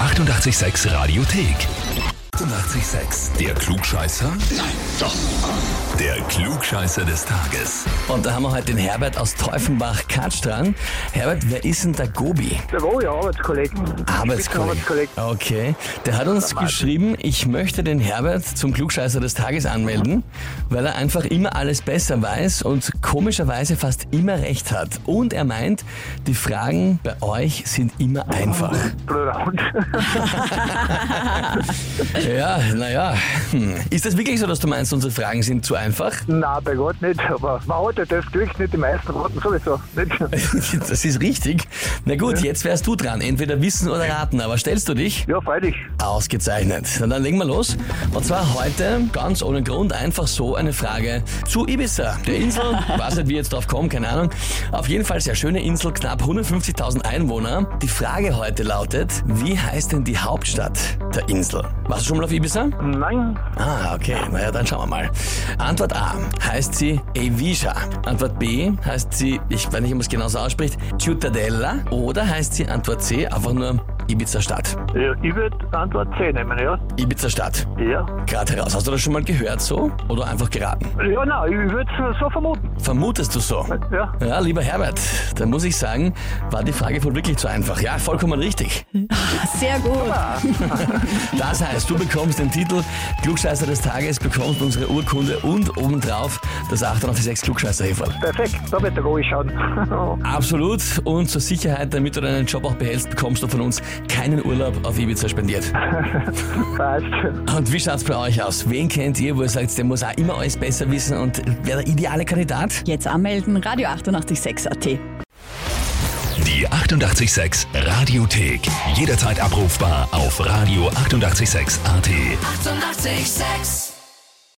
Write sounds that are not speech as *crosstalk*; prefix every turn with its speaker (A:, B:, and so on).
A: 886 Radiothek. 88,6. Der Klugscheißer? Nein, doch. Der Klugscheißer des Tages.
B: Und da haben wir heute den Herbert aus Teufenbach-Katsch dran. Herbert, wer ist denn der Gobi?
C: Jawohl, ja, Arbeitskollegen.
B: Arbeitskollege.
C: Arbeitskollegen.
B: Okay, der hat uns geschrieben, ich möchte den Herbert zum Klugscheißer des Tages anmelden, weil er einfach immer alles besser weiß und komischerweise fast immer recht hat. Und er meint, die Fragen bei euch sind immer einfach.
C: Blöder Hund. *laughs*
B: Ja, naja. Ist das wirklich so, dass du meinst, unsere Fragen sind zu einfach?
C: Nein, bei Gott nicht, aber man hat ja das Glück nicht, die meisten Roten sowieso. Nicht.
B: *laughs* Das ist richtig. Na gut, jetzt wärst du dran. Entweder wissen oder raten, aber stellst du dich?
C: Ja, freilich.
B: Ausgezeichnet. Na, dann legen wir los. Und zwar heute, ganz ohne Grund, einfach so eine Frage zu Ibiza, der Insel. Weiß nicht, wie ich jetzt drauf kommen, keine Ahnung. Auf jeden Fall sehr schöne Insel, knapp 150.000 Einwohner. Die Frage heute lautet, wie heißt denn die Hauptstadt der Insel? Warst du schon mal auf Ibiza?
C: Nein,
B: Ah, okay. Naja, dann schauen wir mal. Antwort A heißt sie Evija. Antwort B heißt sie, ich weiß nicht, ob man es genauso ausspricht, Ciutadella. Oder heißt sie Antwort C einfach nur Ibiza-Stadt.
C: ja, ich würde Antwort C nehmen, ja.
B: Ibiza-Stadt.
C: Ja,
B: Gerade heraus. Hast du das schon mal gehört so? Oder einfach geraten?
C: ja nein, ich würde es so vermuten.
B: Vermutest du so?
C: Ja.
B: Ja, lieber Herbert, da muss ich sagen, war die Frage wohl wirklich zu einfach. Ja, vollkommen richtig.
D: Sehr gut.
B: Das heißt, du bekommst den Titel Klugscheißer des Tages, bekommst unsere Urkunde und obendrauf das 886 klugscheißer -Häferl.
C: Perfekt, da wird der Goal schauen. *laughs*
B: Absolut. Und zur Sicherheit, damit du deinen Job auch behältst, bekommst du von uns keinen Urlaub auf Ibiza spendiert.
C: Passt.
B: Und wie schaut's bei euch aus? Wen kennt ihr, wo ihr sagt, der muss auch immer alles besser wissen und wer der ideale Kandidat?
D: Jetzt anmelden, Radio 886 AT.
A: Die 88,6 Radiothek. Jederzeit abrufbar auf radio886.at. 88,6.
E: Eighty-eight, sex.